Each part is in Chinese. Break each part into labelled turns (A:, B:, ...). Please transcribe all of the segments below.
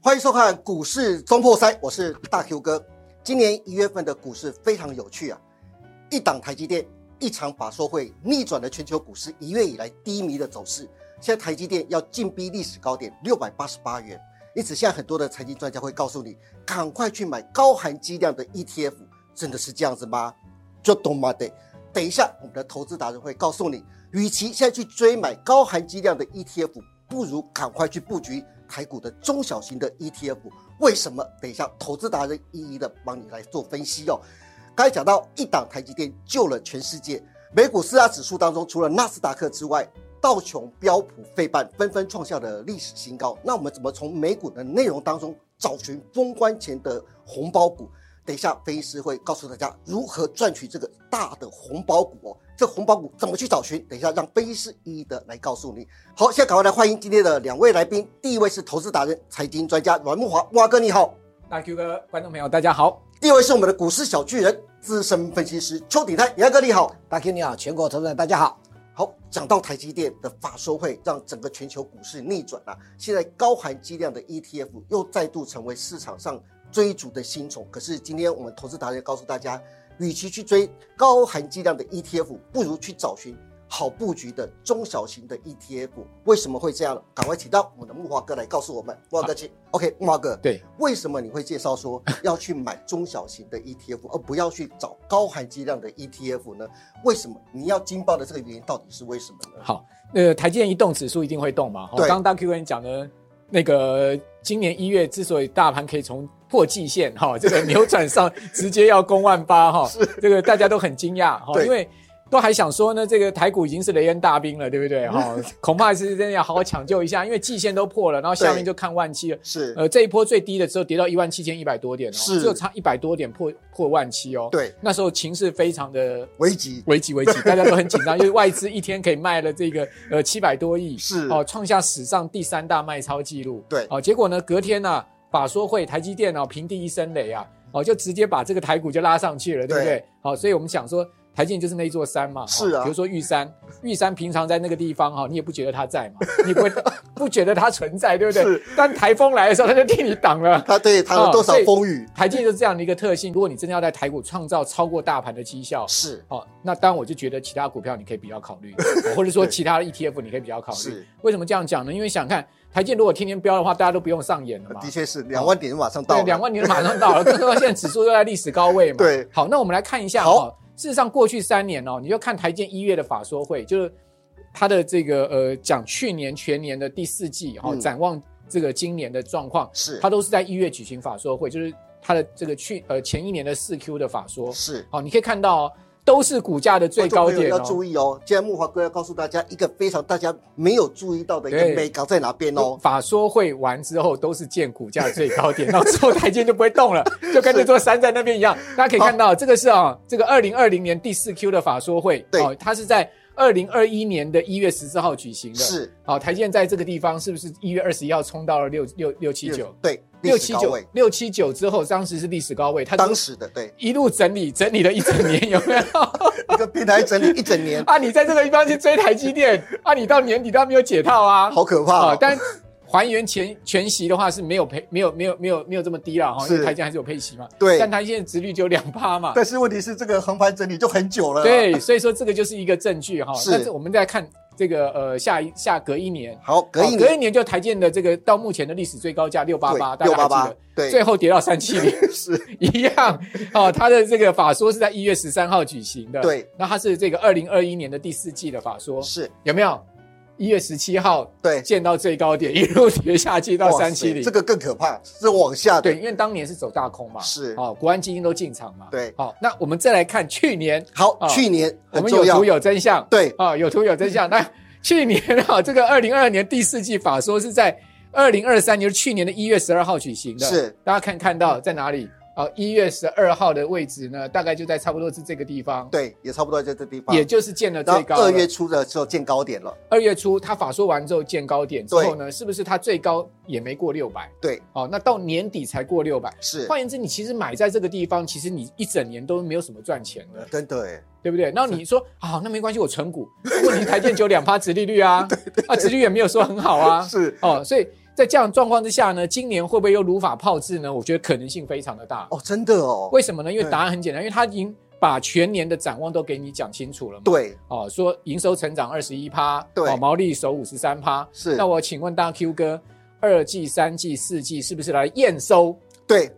A: 欢迎收看股市中破塞，我是大 Q 哥。今年一月份的股市非常有趣啊，一档台积电，一场法说会逆转了全球股市一月以来低迷的走势。现在台积电要进逼历史高点六百八十八元，因此现在很多的财经专家会告诉你，赶快去买高含积量的 ETF。真的是这样子吗？就懂吗？得，等一下我们的投资达人会告诉你，与其现在去追买高含积量的 ETF，不如赶快去布局台股的中小型的 ETF。为什么？等一下，投资达人一一的帮你来做分析哦。刚才讲到一档台积电救了全世界，美股四大指数当中，除了纳斯达克之外，道琼、标普、费半纷纷创下了历史新高。那我们怎么从美股的内容当中找寻封关前的红包股？等一下，飞师会告诉大家如何赚取这个大的红包股哦。这红包股怎么去找寻？等一下让飞师一一的来告诉你。好，现在赶快来欢迎今天的两位来宾。第一位是投资达人、财经专家阮木华，哇哥你好。
B: 大 Q 哥，观众朋友大家好。
A: 第二位是我们的股市小巨人、资深分析师邱鼎泰，杨哥你好。
C: 大 Q 你好，全国投资人大家好。
A: 好，讲到台积电的法收会，让整个全球股市逆转啊！现在高含积量的 ETF 又再度成为市场上追逐的新宠。可是今天我们投资达人告诉大家，与其去追高含积量的 ETF，不如去找寻好布局的中小型的 E ETF。为什么会这样？赶快请到我们的木华哥来告诉我们。木华哥，请 OK，木华哥，
B: 对，
A: 为什么你会介绍 说要去买中小型的 ETF，而不要去找高含金量的 ETF 呢？为什么你要惊爆的这个原因到底是为什么呢？
B: 好，那个台积电一动，指数一定会动嘛？哦
A: 对
B: 刚刚大 Q 跟你讲的，那个今年一月之所以大盘可以从破季线 哈、这个扭转上直接要攻万八哈、这个大家都很惊讶哈、
A: 对
B: 因为都还想说呢，这个台股已经是雷恩大兵了，对不对哈、 恐怕是真的要好好抢救一下，因为季线都破了，然后下面
A: 对
B: 就看万七了。
A: 是，
B: 呃，这一波最低的时候跌到一万七千一百多点哦，
A: 是
B: 只有差一百多点破破万七哦。，
A: 对，
B: 那时候情势非常的
A: 危机
B: 危急危 急，大家都很紧张，因为外资一天可以卖了这个呃七百多亿，
A: 是
B: 哦，创下史上第三大卖超记录。
A: 对
B: 哦，结果呢，隔天呢、法说会台积电哦平地一声雷啊，哦就直接把这个台股就拉上去了，对不对？好、所以我们想说。台积电就是那一座山嘛，哦
A: 是啊
B: 比如说玉山，玉山平常在那个地方哈、哦，你也不觉得它在嘛， 你不会不觉得它存在，对不对
A: 是？
B: 但台风来的时候，它就替你挡了。
A: 他对他有多少风雨？
B: 台积电就是这样的一个特性，如果你真的要在台股创造超过大盘的绩效，
A: 是
B: 好、哦那当然我就觉得其他股票你可以比较考 虑，哦或者说其他的 ETF 你可以比较考虑
A: 是。
B: 为什么这样讲呢？因为想看台积如果天天飙的话，大家都不用上演了嘛
A: 的。确是两万点马上到
B: 对，
A: 了，
B: 两万年马上到了，更何况现在指数都在历史高位嘛。
A: 对
B: 好，那我们来看一下
A: 好
B: 哦。事实上，过去三年哦，你就看台建一月的法说会，就是他的这个呃讲去年全年的第四季哈、哦
A: 嗯
B: 展望这个今年的状况，
A: 是
B: 他都是在一月举行法说会，就是他的这个去呃前一年的四 Q 的法说。
A: 是
B: 好，你可以看到、哦、都是股价的最高
A: 观众朋友
B: 点
A: 要
B: 哦
A: 注。意哦。现在木华哥要告诉大家一个非常大家没有注意到的一个
B: 对
A: 美高在哪边哦。
B: 法说会完之后都是见股价最高点，然后之后台阶就不会 动了，就跟这座山在那边一样。大家可以看到，这个是啊、这个二零二零年第四 Q 的法说会，
A: 对
B: 哦，它是在二零二一年的一月十四号举行的。，
A: 是
B: 好、台建在这个地方是不是一月二十一号冲到了六六六七九？
A: 对
B: 六
A: 历史
B: 七
A: 高
B: 九
A: 位，
B: 六七九之后，当时是历史高位，它
A: 当时的对
B: 一路整理整理了一整年，有没有？
A: 一个平台整理一整年
B: ，啊，你在这个地方去追台积电，啊，你到年底都没有解套啊，
A: 好可怕
B: 啊
A: 哦！！
B: 但还原前全息的话是没有赔，没有没有没有没有这么低了哈，因
A: 是
B: 为台积电还是有配息嘛。
A: 对
B: 但它现在殖率只有两趴嘛。
A: 但是问题是这个横盘整理就很久了。，
B: 对，所以说这个就是一个证据哈。
A: 是
B: 但是我们再看这个呃下一下隔一年，
A: 好，隔一
B: 哦隔一
A: 年
B: 年就台建的这个到目前的历史最高价六八八，大
A: 六
B: 家还
A: 八八
B: 记得。，
A: 对，
B: 最后跌到三七零
A: 是
B: 一样哦，它的这个法说是在一月十三号举行的，
A: 对，
B: 那它是这个二零二一年的第四季的法说，
A: 是，
B: 有没有？一月十七号
A: 对，
B: 见到最高点，一 路跌下去到
A: 哇塞
B: 三七零
A: 这。个更可怕，是往下的
B: 对，因为当年是走大空嘛，
A: 是
B: 哦，国安基金都进场嘛。
A: 对
B: 好、那我们再来看去年，
A: 好，
B: 哦
A: 去年
B: 我
A: 很
B: 们
A: 重
B: 有
A: 要
B: 图，有真相，
A: 对，
B: 啊、有图有 真相。那去年啊、这个二零二二年第四季法说是在二零二三，就是去年的一月十二号举行的。
A: 是，
B: 大家看看到在哪里？哦，一月十二号的位置呢，大概就在差不多是这个地方，
A: 对，也差不多在这地方。
B: 也就是见了
A: 然
B: 最
A: 后
B: 高了。
A: 二月初的时候见高点了，
B: 二月初，它法说完之后见高点之后呢，是不是它最高也没过六百？
A: 对，
B: 哦，那到年底才过六百。
A: 是，
B: 换言之，你其实买在这个地方，其实你一整年都没有什么赚钱的，
A: 真的哎，
B: 对不对？那你说啊、那没关系，我存股。问题台建九两趴殖利率啊，啊，殖利率也没有说很好啊。
A: 是
B: 哦，所以在这样的状况之下呢，今年会不会又如法炮制呢？我觉得可能性非常的大。
A: 哦，真的哦，
B: 为什么呢？因为
A: 对
B: 答案很简单，因为他已经把全年的展望都给你讲清楚了嘛。
A: 对，
B: 哦，说营收成长二十一趴，
A: 对
B: 哦，毛利守五十三趴。
A: 是
B: 那，我请问大 Q 哥，二季、三季、四季是不是来验收？
A: 对，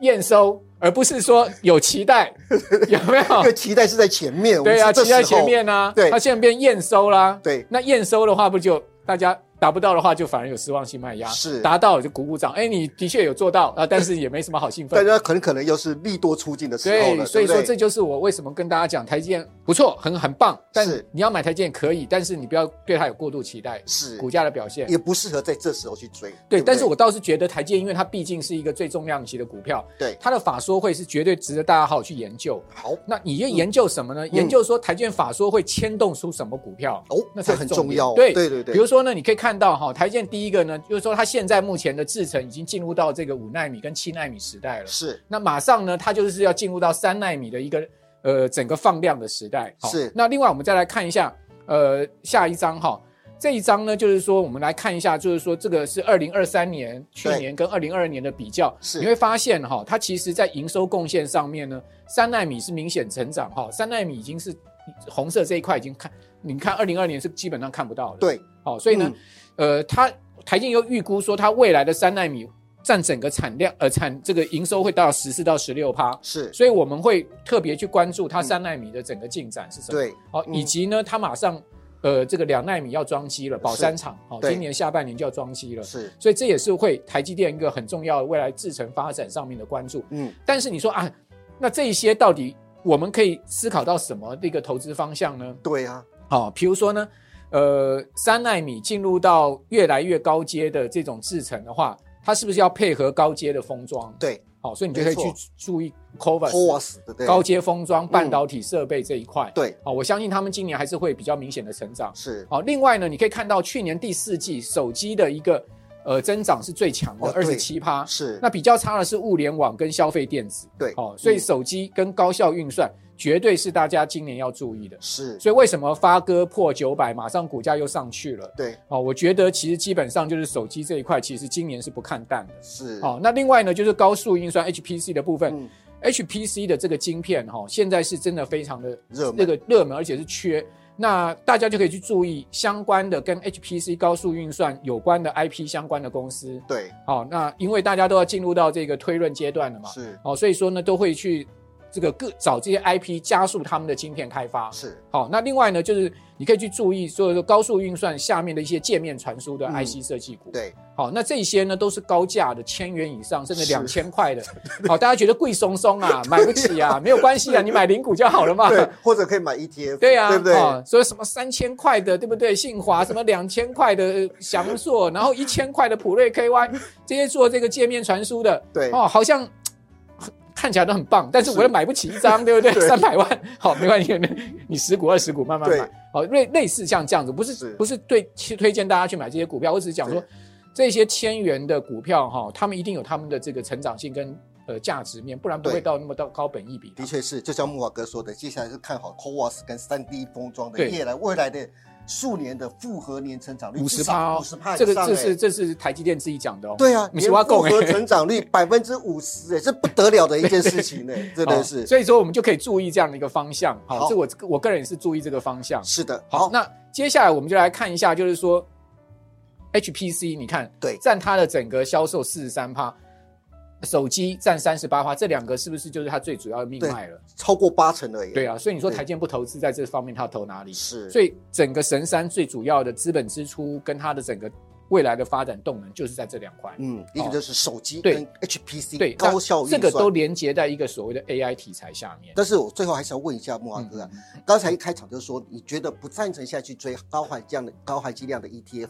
B: 验收，而不是说有 期待，有没
A: 因为
B: 有？
A: 期待是在前面，
B: 啊对啊，
A: 我们是这
B: 期待
A: 时候
B: 前，面啊，
A: 对
B: 它现在变验收啦。
A: 对，
B: 那验收的话，不就大家达不到的话，就反而有失望性卖压；
A: 是
B: 达到了就鼓鼓掌，哎，你的确有做到啊，但是也没什么好兴
A: 大
B: 奋。
A: 家很可能又是利多出尽的时候
B: 对，
A: 了，
B: 所以
A: 对
B: 说
A: 不对
B: 这就是我为什么跟大家讲台积电不错，很很棒，但
A: 是
B: 你要买台积电可以，但是你不要对它有过度期待，
A: 是
B: 股价的表现。
A: 也不适合在这时候去追，
B: 对，
A: 不
B: 但是我倒是觉得台积电，因为它毕竟是一个最重量级的股票，
A: 对
B: 它的法说会是绝对值得大家好好去研究。
A: 好
B: 那你要
A: 嗯
B: 研究什么呢？研究说台积电法说会牵动出什么股票，
A: 哦，
B: 那才
A: 这
B: 是
A: 很
B: 重
A: 重
B: 点
A: 要哦，
B: 对
A: 对对对，
B: 比如说呢，你可以看到哈，台积电第一个呢，就是说它现在目前的制程已经进入到这个五纳米跟七纳米时代了。
A: 是
B: 那马上呢，它就是要进入到三纳米的一个呃整个放量的时代。好
A: 是
B: 那另外我们再来看一下呃下一张哈，这一张呢就是说我们来看一下，就是说这个是二零二三年去
A: 对
B: 年跟二零二二年的比较，
A: 是
B: 你会发现哈，它其实在营收贡献上面呢，三纳米是明显成长哈，三纳米已经是红色这一块已经看，你看二零二年是基本上看不到的。
A: 对，
B: 好、所以
A: 嗯
B: 呢，呃，它台积电又预估说，它未来的三纳米占整个产量，呃，产这个营收会到十四到十六趴，
A: 是，
B: 所以我们会特别去关注它三纳米的整个进展是什
A: 嗯
B: 么，
A: 对，
B: 好、
A: 嗯
B: 以及呢，它马上呃这个两纳米要装机了，宝山厂，好、
A: 对
B: 今年下半年就要装机了。
A: 是，
B: 所以这也是会台积电一个很重要的未来制程发展上面的关注。
A: 嗯，
B: 但是你说啊，那这一些到底我们可以思考到什么的一个投资方向呢？
A: 对啊，
B: 好、比如说呢，呃，三纳米进入到越来越高阶的这种制程的话，它是不是要配合高阶的封装？
A: 对
B: 好、所以你就可以
A: 没
B: 去
A: 错
B: 注意
A: p
B: cover
A: o s 对不对？嗯
B: 高阶封装、半导体设备这一块。
A: 对
B: 好、我相信他们今年还是会比较明显的成长。
A: 是，
B: 好、另外呢，你可以看到去年第四季手机的一个呃增长是最强的，
A: 哦
B: 二
A: 对
B: 十七趴。
A: 是，
B: 啊那比较差的是物联网跟消费电子。
A: 对
B: 好、所以
A: 嗯
B: 手机跟高效运算绝对是大家今年要注意的。
A: 是，
B: 所以为什么发哥破九百，马上股价又上去了？
A: 对，
B: 哦，我觉得其实基本上就是手机这一块，其实今年是不看淡的。
A: 是，
B: 哦，那另外呢，就是高速运算 HPC 的部分、
A: 嗯，
B: h p c 的这个晶片哈、哦，现在是真的非常的
A: 热
B: 那
A: 门，
B: 个热门，而且是缺。那大家就可以去注意相关的跟 HPC 高速运算有关的 IP 相关的公司。
A: 对，
B: 好、那因为大家都要进入到这个推论阶段了嘛，
A: 是
B: 哦，所以说呢，都会去这个各找这些 IP 加速他们的晶片开发。
A: 是，
B: 好，那另外呢，就是你可以去注意，所有的高速运算下面的一些界面传输的
A: 嗯
B: IC 设计股。，
A: 对，
B: 好，那这些呢都是高价的，千元以上，甚至
A: 是
B: 两千 块的。好，大家觉得贵松松啊，买不起啊，没有关系啊，你买零股就好了嘛。
A: 对，或者可以买 ETF，
B: 啊对啊，
A: 对不对？
B: 啊所以什么三千块的，对不对？信华什么两千块的呃翔硕，然后一千块的普瑞 KY，这些做这个界面传输的，
A: 对，
B: 哦，好像嘖看起来都很棒，但是我
A: 是
B: 又买不起一张，对不对？
A: 对
B: 三百万，好，没关系，你十股二十股慢慢
A: 对
B: 买，好，类类似像这样子，不是
A: 是
B: 不是对去推荐大家去买这些股票，我只是讲说
A: 对
B: 这些千元的股票哈，他们一定有他们的这个成长性跟呃价值面，不然不
A: 对
B: 会到那么到高本益比的
A: 的。确是，就像木华哥说的，接下来是看好 CoWAS 跟三 D 封装的
B: 对
A: 未来未来的数年的复合年成长率
B: 五十
A: 至
B: 趴
A: 少
B: 哦
A: 五十趴，以
B: 这个
A: 上
B: 这
A: 欸
B: 是这是台积电自己讲的哦。
A: 对啊，
B: 你
A: 年
B: 是挖
A: 复
B: 够
A: 合成长 率百分之五十，哎，这不得了的一件事情呢，欸真的
B: 好
A: 是
B: 哦所以说我们就可以注意这样的一个方向。好，
A: 好
B: 这我我个人也是注意这个方向。
A: 是的，
B: 好，那接下来我们就来看一下，就是说 HPC，你看
A: 对
B: 占它的整个销售四十三趴，手机占三十八趴，这两个是不是就是它最主要的命脉了？
A: 超过八成而已，
B: 对，啊，所以你说
A: 对
B: 台积电不投资在这方面，它投哪里？
A: 是，
B: 所以整个神山最主要的资本支出跟它的整个未来的发展动能，就是在这两块。
A: 嗯，一个就是手机
B: 对
A: 跟 HPC
B: 对，那
A: 高效运
B: 这
A: 算，
B: 个都连接在一个所谓的 AI 题材下面。嗯
A: 但是我最后还想问一下木华哥啊，刚才一开场就说你觉得不赞成下去追高含这样的高含金量的 ETF，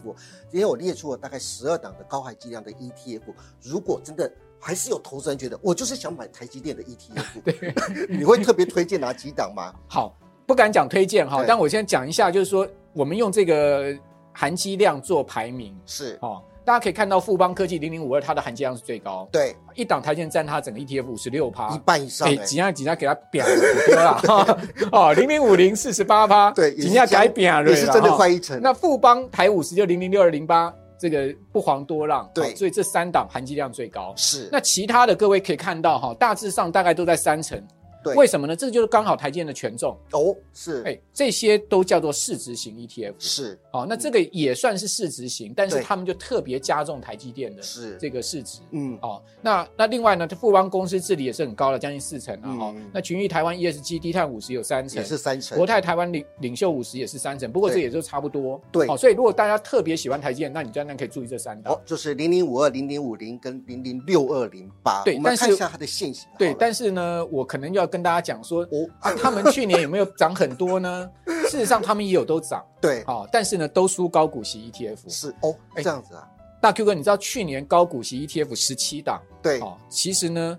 A: 因为我列出了大概十二档的高含金量的 ETF，如果真的还是有投资人觉得我就是想买台积电的 ETF，你 会特别推荐哪几档吗？
B: 好，不敢讲推荐哈，
A: 对
B: 但我先讲一下，就是说我们用这个含积量做排名
A: 是，
B: 哦，大家可以看到富邦科技零零五二它的含积量是最高，
A: 对，
B: 一档台积电占它整个 ETF 五十六趴
A: 一。半以上、
B: 哎，
A: 欸，
B: 几下几下给它表了 哈哦，零零五零四十八趴，
A: 对，也
B: 几
A: 是
B: 下
A: 将
B: 改表了，哦
A: 也是真的快一成。
B: 那富邦台五十就零零六二零八这个不遑多让。哦
A: 对
B: 好所以这三档含金量最高。
A: 是，
B: 那其他的各位可以看到哈，大致上大概都在三成。
A: 对
B: 为什么呢？这就是刚好台积电的权重，
A: 哦，是，
B: 哎，这些都叫做市值型 E ETF。
A: 是
B: 哦，那这个也算是市值型，但是
A: 对
B: 他们就特别加重台积电的
A: 是，
B: 这个市值。
A: 嗯，
B: 哦，那那另外呢，富邦公司治理也是很高了，将近四成啊。哦
A: 嗯，
B: 那群益台湾 ESG 低碳五十有三成
A: 也，是三成
B: 国，泰台湾领领袖五十也是三成，不过这
A: 对
B: 也就差不多。
A: 对
B: 好、所以如果大家特别喜欢台积电，那你当然可以注意这三档。
A: 哦，就是零零五二、零零五零跟零零六二零八，
B: 对
A: 我
B: 但
A: 们
B: 是
A: 看一下它的现形好了。
B: 对，但是呢，我可能要跟大家讲说，
A: 哦，
B: 啊，他们去年有没有涨很多呢？事实上，他们也有都涨，
A: 对，
B: 好、但是呢，都输高股息 E ETF。
A: 是哦，
B: 哎
A: 这样子啊，
B: 大 Q 哥，你知道去年高股息 ETF 十七档，
A: 对，
B: 哦，其实呢，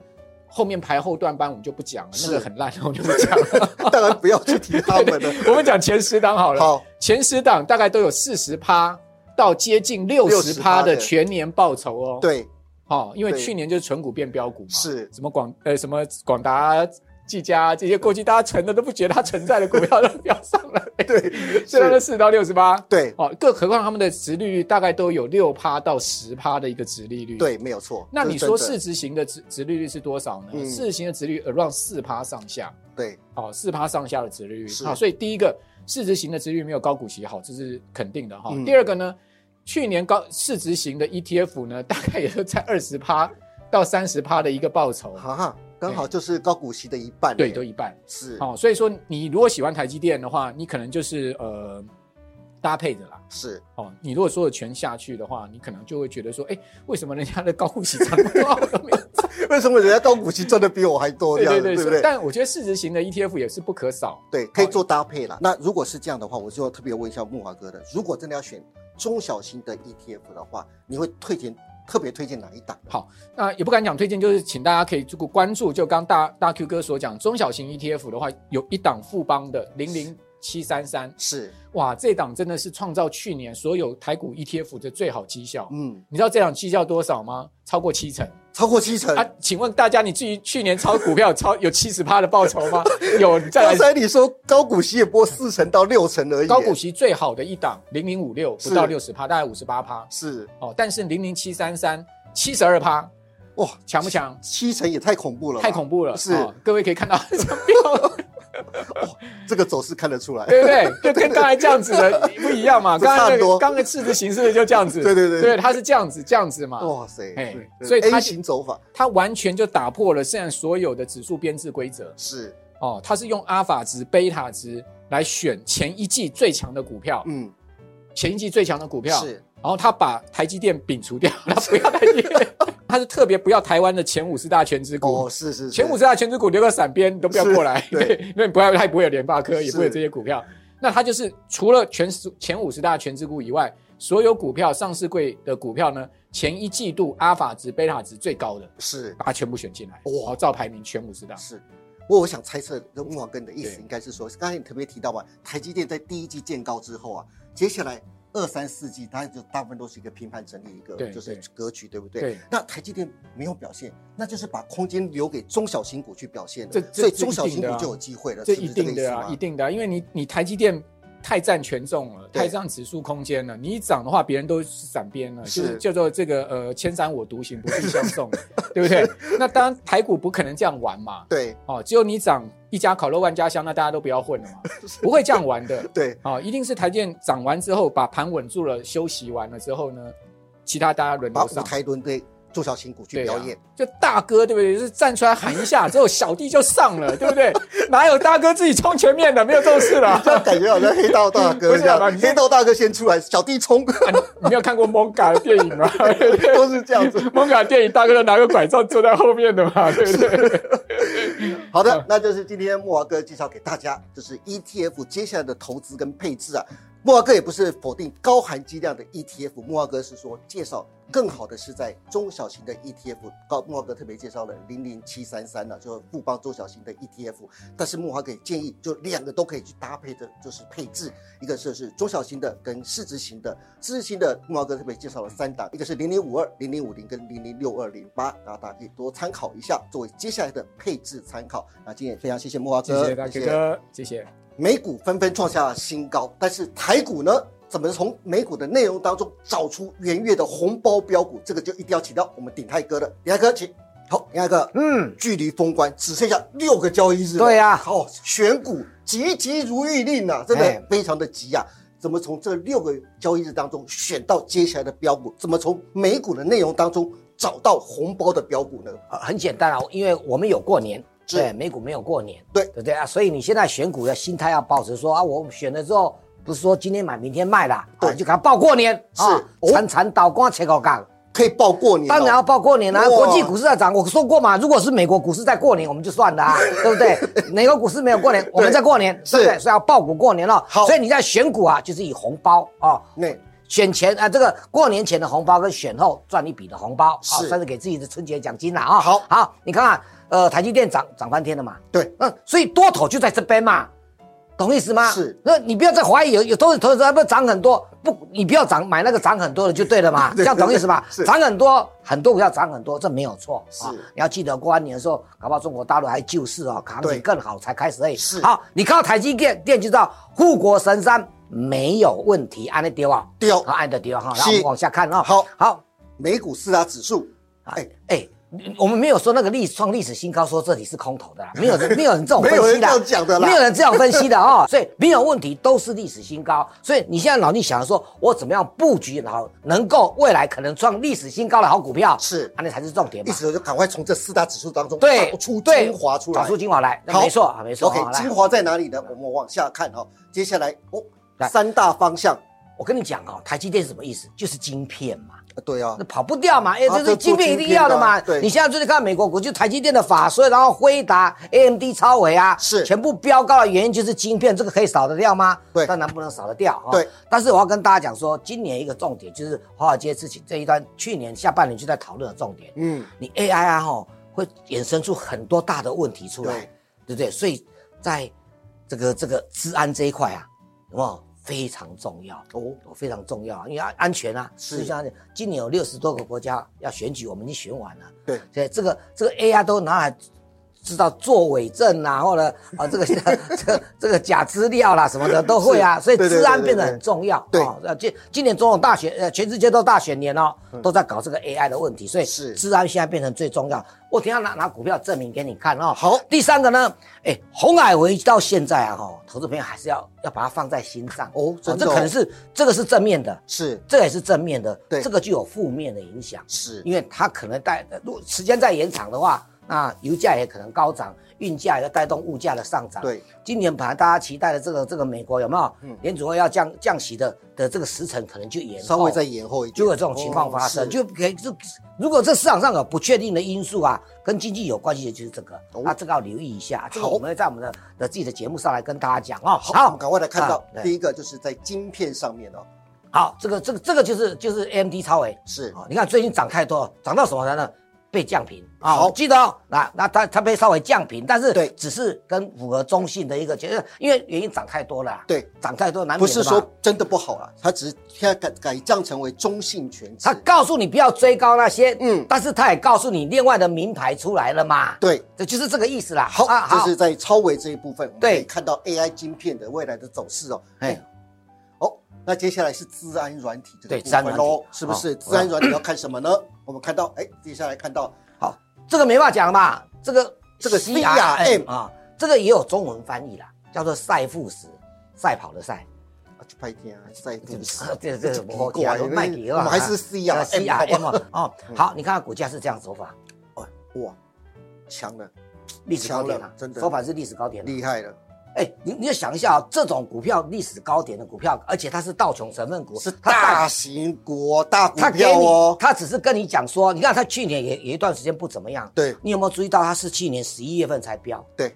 B: 后面排后段班我们就不讲了，那
A: 是
B: 个很烂，我们就不讲了。
A: 当然不要去提他们了。
B: 我们讲前十档好了，
A: 好，
B: 前十档大概都有四十趴到接近六十趴
A: 60%
B: 的
A: 的
B: 全年报酬哦。，
A: 对，
B: 哦，因为
A: 对
B: 去年就是纯股变标股嘛，
A: 是
B: 什么广呃什么广达、技嘉这些过去大家存的都不觉得它存在的股票都飙上来，
A: 对，
B: 现在都
A: 是，
B: 四到六十八。
A: 对，
B: 哦，更何况他们的值利率大概都有六趴到十趴的一个值利率。。
A: 对，没有错。
B: 那
A: 这
B: 你
A: 真
B: 说
A: 的
B: 市，值型的值值利率是多少呢？
A: 嗯
B: 市值型的值率 around 四趴上下，
A: 对，
B: 好、哦，四趴上下的值利率。
A: 是
B: 好，所以第一个市值型的值率没有高股息好，这是肯定的哈、
A: 嗯
B: 第二个呢，去年高市值型的 ETF 呢，大概也就在二十趴到三十趴的一个报酬，
A: 哈哈，刚好就是高股息的一半，
B: 哎对，
A: 哎
B: 都一半。
A: 是，
B: 好、所以说你如果喜欢台积电的话，你可能就是呃搭配着啦。
A: 是，
B: 哦，你如果所有全下去的话，你可能就会觉得说，哎，为什么人家的高股息涨那么高，都没有
A: 为什么人家高股息赚的比我还多？这样子，
B: 对对
A: 对
B: 对
A: 不对？
B: 但我觉得市值型的 ETF 也是不可少。
A: 对，可以做搭配啦。那如果是这样的话，我就要特别问一下木华哥的，如果真的要选中小型的 ETF 的话，你会推荐特别推荐哪一档？啊
B: 那也不敢讲推荐，就是请大家可以这个关注，就刚大大 Q 哥所讲，中小型 ETF 的话，有一档富邦的零零七三三，
A: 是，
B: 哇，这档真的是创造去年所有台股 ETF 的最好绩效。
A: 嗯，
B: 你知道这档绩效多少吗？超过七成
A: 超过七成。
B: 啊！请问大家，你至于去年超股票有超有七十趴的报酬吗？有，你再
A: 刚
B: 来
A: 才你说高股息也播四成到六成而已，
B: 高股息最好的一档零零五六不
A: 是
B: 到六十趴，大概五十八趴
A: 是
B: 哦，但是零零七三三七十二趴，
A: 哇，
B: 强不强？
A: 七成也太恐怖了吧，
B: 太恐怖了，
A: 是
B: 哦各位可以看到这个标，
A: 这个走势看得出来。
B: 对不对？就跟刚才这样子的不一样 嘛。
A: 这
B: 刚才那
A: 差不
B: 个
A: 多
B: 刚才赤字形式的就这样子，
A: 对对对哦
B: 对，它是这样子这样子嘛，
A: 哇塞
B: 哎，
A: 对
B: 所以它
A: A 型走法
B: 它完全就打破了现在所有的指数编制规则
A: 是，
B: 哦，它是用阿尔法值、贝塔值来选前一季最强的股票，
A: 嗯，
B: 前一季最强的股票，
A: 是
B: 然后他把台积电摒除掉， 他不要台积电，他是特别不要台湾的前五十大全职股
A: 哦，。是是是
B: 前五十大全职股留个闪边，你都不要过来，
A: 是 对，
B: 因为你不要，他也不会有联发科，也
A: 是
B: 不会有这些股票。那他就是除了全十前五十大全职股以外，所有股票上市柜的股票呢，前一季度阿法值、贝塔值最高的，
A: 是
B: 把它全部选进来，
A: 哇
B: 然后照排名全五十大。
A: 是。不过我想猜测，木华哥你的意思
B: 对
A: 应该是说，刚才你特别提到嘛，台积电在第一季见高之后啊，接下来二三四季它就大部分都是一个平盘整理，一个
B: 对
A: 就是
B: 对
A: 格局，对不对？
B: 对，
A: 那台积电没有表现，那就是把空间留给中小型股去表现
B: 这
A: 的，
B: 这
A: 所以
B: 这
A: 中小
B: 一定
A: 型
B: 的
A: 股
B: 啊
A: 就有机会了，
B: 这
A: 是不
B: 一
A: 是这个
B: 定
A: 意思
B: 的啊，一
A: 吗？
B: 定的啊、因为你你台积电太占权重了，
A: 对
B: 太占指数空间了。你一涨的话，别人都是闪边了，就是
A: 是
B: 叫做这个呃，千山我独行，不必相送， 对不对？那当然，台股不可能这样玩嘛。
A: 对
B: 哦，只有你涨一家烤肉万家香，那大家都不要混了 嘛，不会这样玩的。
A: 对，
B: 哦，一定是台积电涨完之后，把盘稳住了，休息完了之后呢，其他大家轮
A: 把
B: 流
A: 舞
B: 上。
A: 台轮给中小型股去
B: 对
A: 表
B: 啊
A: 演，
B: 就大哥对不对？就是站出来喊一下，之后小弟就上了， 对不对？哪有大哥自己冲前面的？没有这种事 啦。
A: 这样感觉好像黑道大
B: 不
A: 哥
B: 是
A: 这
B: 啊
A: 样
B: 把你，
A: 黑道大哥先出来，小弟 冲，
B: 啊你你没有看过蒙嘎的电影吗？
A: 都是这样 子。
B: 蒙嘎电影大哥都拿个拐杖坐在后面的嘛，对不对？
A: 好的，那就是今天木华哥介绍给大家，就是 ETF 接下来的投资跟配置啊。木华哥也不是否定高含金量的 E ETF，木华哥是说介绍更好的是在中小型的 ETF。高木华哥特别介绍了零零七三三呢，就是富邦中小型的 ETF。但是木华哥也建议，就两个都可以去搭配的，就是配置，一个就是中小型的跟市值型的。市值型的木华哥特别介绍了三档，一个是零零五二、零零五零跟零零六二零八，大家可以多参考一下，作为接下来的配置参考。那今天也非常谢谢木华
B: 谢
A: 哥，
B: 谢大哥哥，谢谢。
A: 美股纷纷创下新高，但是台股呢怎么从美股的内容当中找出元月的红包标股，这个就一定要请到我们鼎泰哥了。鼎泰哥，请。好，鼎泰哥，
C: 嗯，
A: 距离封关只剩下六个交易日了。
C: 对呀
A: 好，选股急急如律令啊，真
C: 哎
A: 的非常的急啊。怎么从这六个交易日当中选到接下来的标股？怎么从美股的内容当中找到红包的标股呢？
C: 呃很简单啊，因为我们有过年，
A: 是
C: 对，美股没有过年，
A: 对
C: 对不对啊？所以你现在选股的心态要保持说啊，我选了之后不是说今天买明天卖啦，
A: 对
C: 啊，就给它报过年，啊
A: 是
C: 铲铲倒光切口杠。
A: 可以报过年、哦，
C: 当然要报过年
A: 哇
C: 啦、国际股市在涨，我说过嘛，如果是美国股市在过年，我们就算 了、啊，对不对？美国股市没有过年，我们在过年，
A: 是
C: 对不对？所以要报股过年了。
A: 好
C: 所以你在选股啊，就是以红包啊，
A: 那
C: 选前啊，这个过年前的红包跟选后赚一笔的红包，啊
A: 是
C: 算是给自己的春节奖金了啊。
A: 好
C: 好，你看看，呃，台积电涨涨翻天了嘛，
A: 对，
C: 嗯，所以多头就在这边嘛，懂意思吗？
A: 是
C: 那你不要再怀疑，有有投资投资者他不涨很多，不，你不要涨买那个涨很多的就对 了嘛，这样懂意思吗？
A: 是
C: 涨很多，很多股票涨很多，这没有错啊
A: 是
C: 你要记得过完年的时候，搞不好中国大陆还救市哦，行
A: 对
C: 情更好才开始而已。
A: 是
C: 好，你靠台积电电就知道护国神山没有问题，按那丢啊。
A: 丢、
C: 好，按的丢哈，
A: 是
C: 然后我们往下看啊。
A: 好
C: 好，
A: 美股四大指数，哎
C: 哎哎，我们没有说那个历创历史新高，说这里是空头 的啦，没有人没有人这种分析
A: 没有
C: 的，
A: 人这样讲的啦
C: 没有人这样分析的啊， 所以没有问题，都是历史新高。所以你现在脑力想说，我怎么样布局，然后能够未来可能创历史新高的好股票，
A: 是
C: 啊，那才是重点
A: 一
C: 嘛。
A: 直就赶快从这四大指数当中
C: 对，
A: 找出
C: 对
A: 精华出来，
C: 找出精华来，那
A: 好
C: 没错啊，没错。好
A: OK，
C: 来
A: 精华在哪里呢？我们往下看哈、接下来哦
C: 来，
A: 三大方向，
C: 我跟你讲哦，台积电是什么意思？就是晶片嘛。
A: 呃对啊
C: 那，跑不掉嘛，哎、
A: 啊
C: 这是晶片一定要的嘛。
A: 这做晶片的啊对
C: 你现在最近看美国股，就台积电的法说，然后辉达、AMD、超伟啊，
A: 是
C: 全部飙高的原因就是晶片，这个可以少得掉吗？
A: 对
C: 当然不能少得掉啊。
A: 对，
C: 但是我要跟大家讲说，今年一个重点就是华尔街事情这一段，去年下半年就在讨论的重点，
A: 嗯，
C: 你 AI 啊吼会衍生出很多大的问题出来，
A: 对
C: 对不对？所以在这个这个治安这一块啊，有没有非常重要？
A: 哦，
C: 哦，非常重要啊，因为安安全啊，
A: 是
C: 就像安全今年有六十多个国家要选举，我们已经选完了，
A: 对，
C: 所以这个这个 AI 都拿来知道作伪证啊，或者啊这个这个这个假资料啦什么的都会啊，
A: 是
C: 所以
A: 对对
C: 治安
A: 对对
C: 变得
A: 对
C: 很重要。
A: 对
C: 哦呃，今今年总统大选，呃，全世界都大选年哦，都在搞这个 AI 的问题，所以
A: 嗯是
C: 治安现在变成最重要。我等一下拿拿股票证明给你看哦。
A: 好
C: 第三个呢，哎，红海回到现在啊，哈，投资朋友还是要要把它放在心上
A: 哦真的
C: 这可能
A: 哦
C: 是这个是正面的，
A: 是
C: 这个也是正面的，
A: 对
C: 这个就有负面的影响，
A: 是
C: 因为它可能带，如果时间再延长的话，那油价也可能高涨，运价也要带动物价的上涨。，
A: 对，
C: 今年本来大家期待的这个这个美国有没有
A: 嗯
C: 联储会要降降息的的这个时程，可能就延后
A: 稍微再延后一点，
C: 就有这种情况发生，
A: 哦是
C: 就给就如果这市场上有不确定的因素啊，跟经济有关系的就是这个，
A: 哦
C: 那这个要留意一下，这个
A: 好
C: 我们会在我们的的自己的节目上来跟大家讲哦。
A: 好，我们赶快来看到
C: 啊对
A: 第一个就是在晶片上面哦，
C: 好，这个这个这个就是就是 AMD 超维，
A: 是
C: 哦，你看最近涨太多了，涨到什么呢？被降平啊！
A: 好
C: 记得哦，那那它它被稍微降平，但是
A: 对
C: 只是跟符合中性的一个，就是因为原因涨太多了啊，
A: 对，
C: 涨太多难免
A: 不是
C: 的嘛
A: 说真的不好啊，它只是现在改改降成为中性权值
C: 他，告诉你不要追高那些，
A: 嗯
C: 嗯，但是他也告诉你另外的名牌出来了嘛，
A: 对。
C: 这就是这个意思啦。
A: 好，
C: 啊
A: 这是在超维这一部分，我们可
C: 对
A: 以看到 AI 晶片的未来的走势哦。
C: 哎
A: 哎，哦，那接下来是治安软体这个
C: 对
A: 部
C: 治安
A: 分
C: 软
A: 喽
C: 体，哦
A: 是不是？
C: 好
A: 治安软体要看什么呢？我们看到，哎，接下来看到
C: 好，这个没办法讲了嘛，这个
A: 这个 CRM
C: 啊，这个也有中文翻译啦，叫做赛富时，赛跑的赛。
A: 啊去拍片啊，在
C: 这
A: 电视，
C: 这这
A: 这
C: 我啊
A: 奇怪
C: 我卖给
A: 我们还是啊 CRM 好
C: CRM
A: 不
C: 哦哦，好，你看看股价是这样走法，
A: 哇，强了，
C: 历史高点啊
A: 强了，真的
C: 走法是历史高点啊。
A: 厉害了，
C: 哎，你你就想一下啊，这种股票历史高点的股票，而且它是道琼成分股，
A: 是
C: 它带
A: 大型股哦大股
C: 他给
A: 票
C: 你
A: 哦，。
C: 他只是跟你讲说，你看他去年也有一段时间不怎么样，
A: 对
C: 你有没有注意到他是去年十一月份才飙？
A: 对，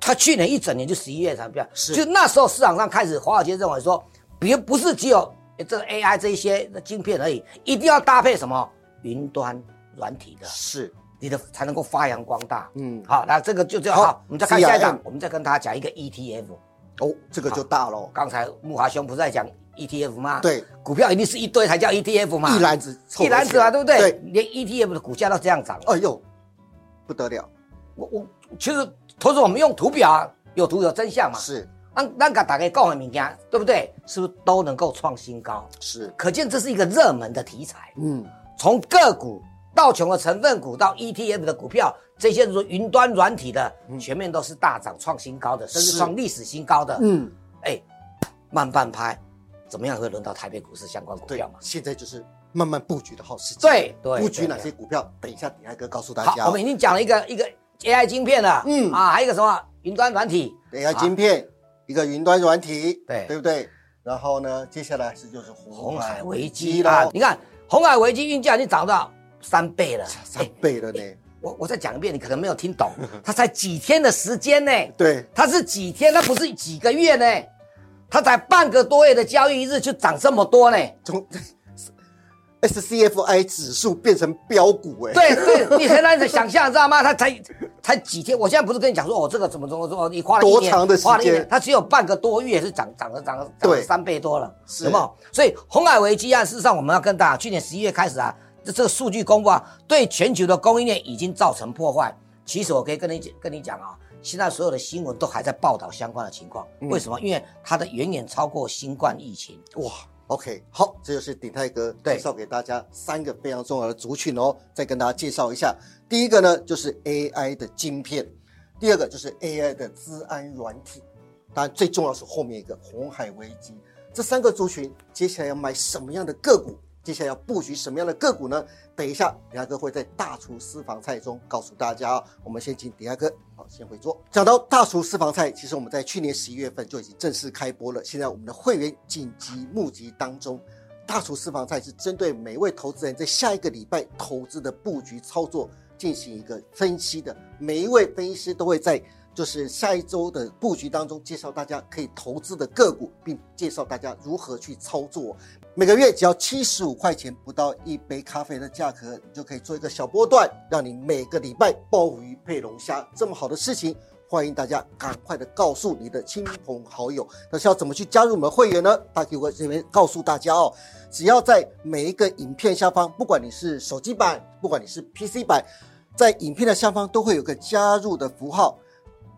C: 他去年一整年就十一月才飙，
A: 是
C: 就那时候市场上开始，华尔街认为说，别不是只有这个 AI 这一些晶片而已，一定要搭配什么云端软体的，
A: 是，
C: 你的才能够发扬光大。
A: 嗯，
C: 好，那这个就就
A: 好
C: 好，我们再看下一
A: CRM
C: 档，我们再跟大家讲一个 ETF。
A: 哦，这个就大喽，
C: 刚才木华兄不是在讲 ETF 吗？
A: 对，
C: 股票一定是一堆才叫 ETF 嘛，
A: 一篮子凑
C: 一篮子
A: 起来
C: 啊，对不对？
A: 对，
C: 连 ETF 的股价都这样涨。
A: 哎呦，不得了，
C: 我我其实投资我们用图表啊，有图有真相嘛。
A: 是
C: 咱咱甲大家讲的物件，对不对？是不是都能够创新高？
A: 是，
C: 可见这是一个热门的题材。
A: 嗯，
C: 从个股到穷的成分股到 ETF 的股票，这些如云端软体的，全面都是大涨创新高的，甚至
A: 嗯是
C: 创历史新高的。
A: 嗯，
C: 哎，慢半拍，怎么样会轮到台北股市相关股
A: 对
C: 票嘛？
A: 现在就是慢慢布局的好时机。
C: 对对
A: 布局
C: 对
A: 哪
C: 对
A: 些股票？等一下鼎泰哥告诉大
C: 好，
A: 家哦。
C: 我们已经讲了一个一个 AI 晶片了，
A: 嗯
C: 啊，还有一个什么云端软体，
A: AI
C: 啊
A: 晶片，一个云端软体，
C: 对
A: 对不对？然后呢，接下来是就是
C: 红
A: 红
C: 海
A: 海
C: 危
A: 危
C: 机
A: 机
C: 啦
A: 啦，，
C: 你看红海危机运价已经涨到三倍了，
A: 三
C: 哎
A: 倍了呢。
C: 我我再讲一遍，你可能没有听懂， 它才几天的时间呢，
A: 对，
C: 它是几天，它不是几个月呢，它才半个多月的交易日就涨这么多呢，
A: 从 SCFI 指数变成标股哎，
C: 对对，你很难想象，知道吗？它才才几天，我现在不是跟你讲说，哦，这个怎么怎么说，你花了一
A: 多
C: 年
A: 长的时间
C: 花了一年，它只有半个多月是涨涨了涨了涨了
A: 对
C: 三倍多了，
A: 是
C: 有没有？所以红海危机啊，事实上我们要跟大家，去年十一月开始啊，这这个数据公布啊，对全球的供应链已经造成破坏。其实我可以跟你讲跟你讲啊，现在所有的新闻都还在报道相关的情况，为什么？因为它的远远超过新冠疫情。
A: 嗯哇，OK，好，这就是鼎泰哥
C: 对
A: 介绍给大家三个非常重要的族群哦，再跟大家介绍一下。第一个呢就是 AI 的晶片，第二个就是 AI 的资安软体，当然最重要是后面一个红海危机。这三个族群接下来要买什么样的个股？接下来要布局什么样的个股呢？等一下，鼎泰哥会在大厨私房菜中告诉大家、哦。我们先请鼎泰哥，好，先回座。讲到大厨私房菜，其实我们在去年十一月份就已经正式开播了，现在我们的会员紧急募集当中。大厨私房菜是针对每位投资人在下一个礼拜投资的布局操作进行一个分析的，每一位分析师都会在就是下一周的布局当中介绍大家可以投资的个股，并介绍大家如何去操作。每个月只要七十五块钱不到一杯咖啡的价格，你就可以做一个小波段，让你每个礼拜鲍鱼配龙虾这么好的事情。欢迎大家赶快的告诉你的亲朋好友，但是要怎么去加入我们会员呢？大 Q 哥这边告诉大家哦，只要在每一个影片下方，不管你是手机版，不管你是 PC 版，在影片的下方都会有个加入的符号，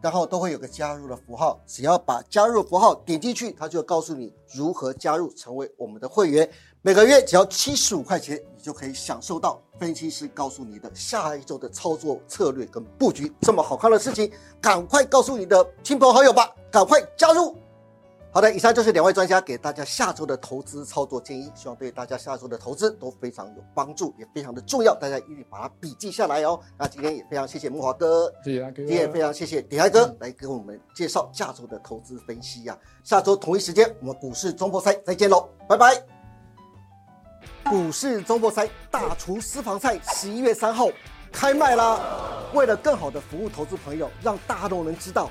A: 然后都会有个加入的符号，只要把加入符号点进去，它就会告诉你如何加入成为我们的会员。每个月只要七十五块钱，你就可以享受到分析师告诉你的下一周的操作策略跟布局。这么好看的事情，赶快告诉你的亲朋好友吧，赶快加入！好的，以上就是两位专家给大家下周的投资操作建议，希望对大家下周的投资都非常有帮助，也非常的重要，大家一定把它笔记下来哦。那今天也非常谢谢木华哥，
B: 谢谢大哥，
A: 也非常谢谢鼎泰哥来给我们介绍下周的投资分析呀、下周同一时间，我们股市中破赛再见喽，拜拜。股市中破赛大厨私房菜十一月三号开卖啦！为了更好的服务投资朋友，让大众人知道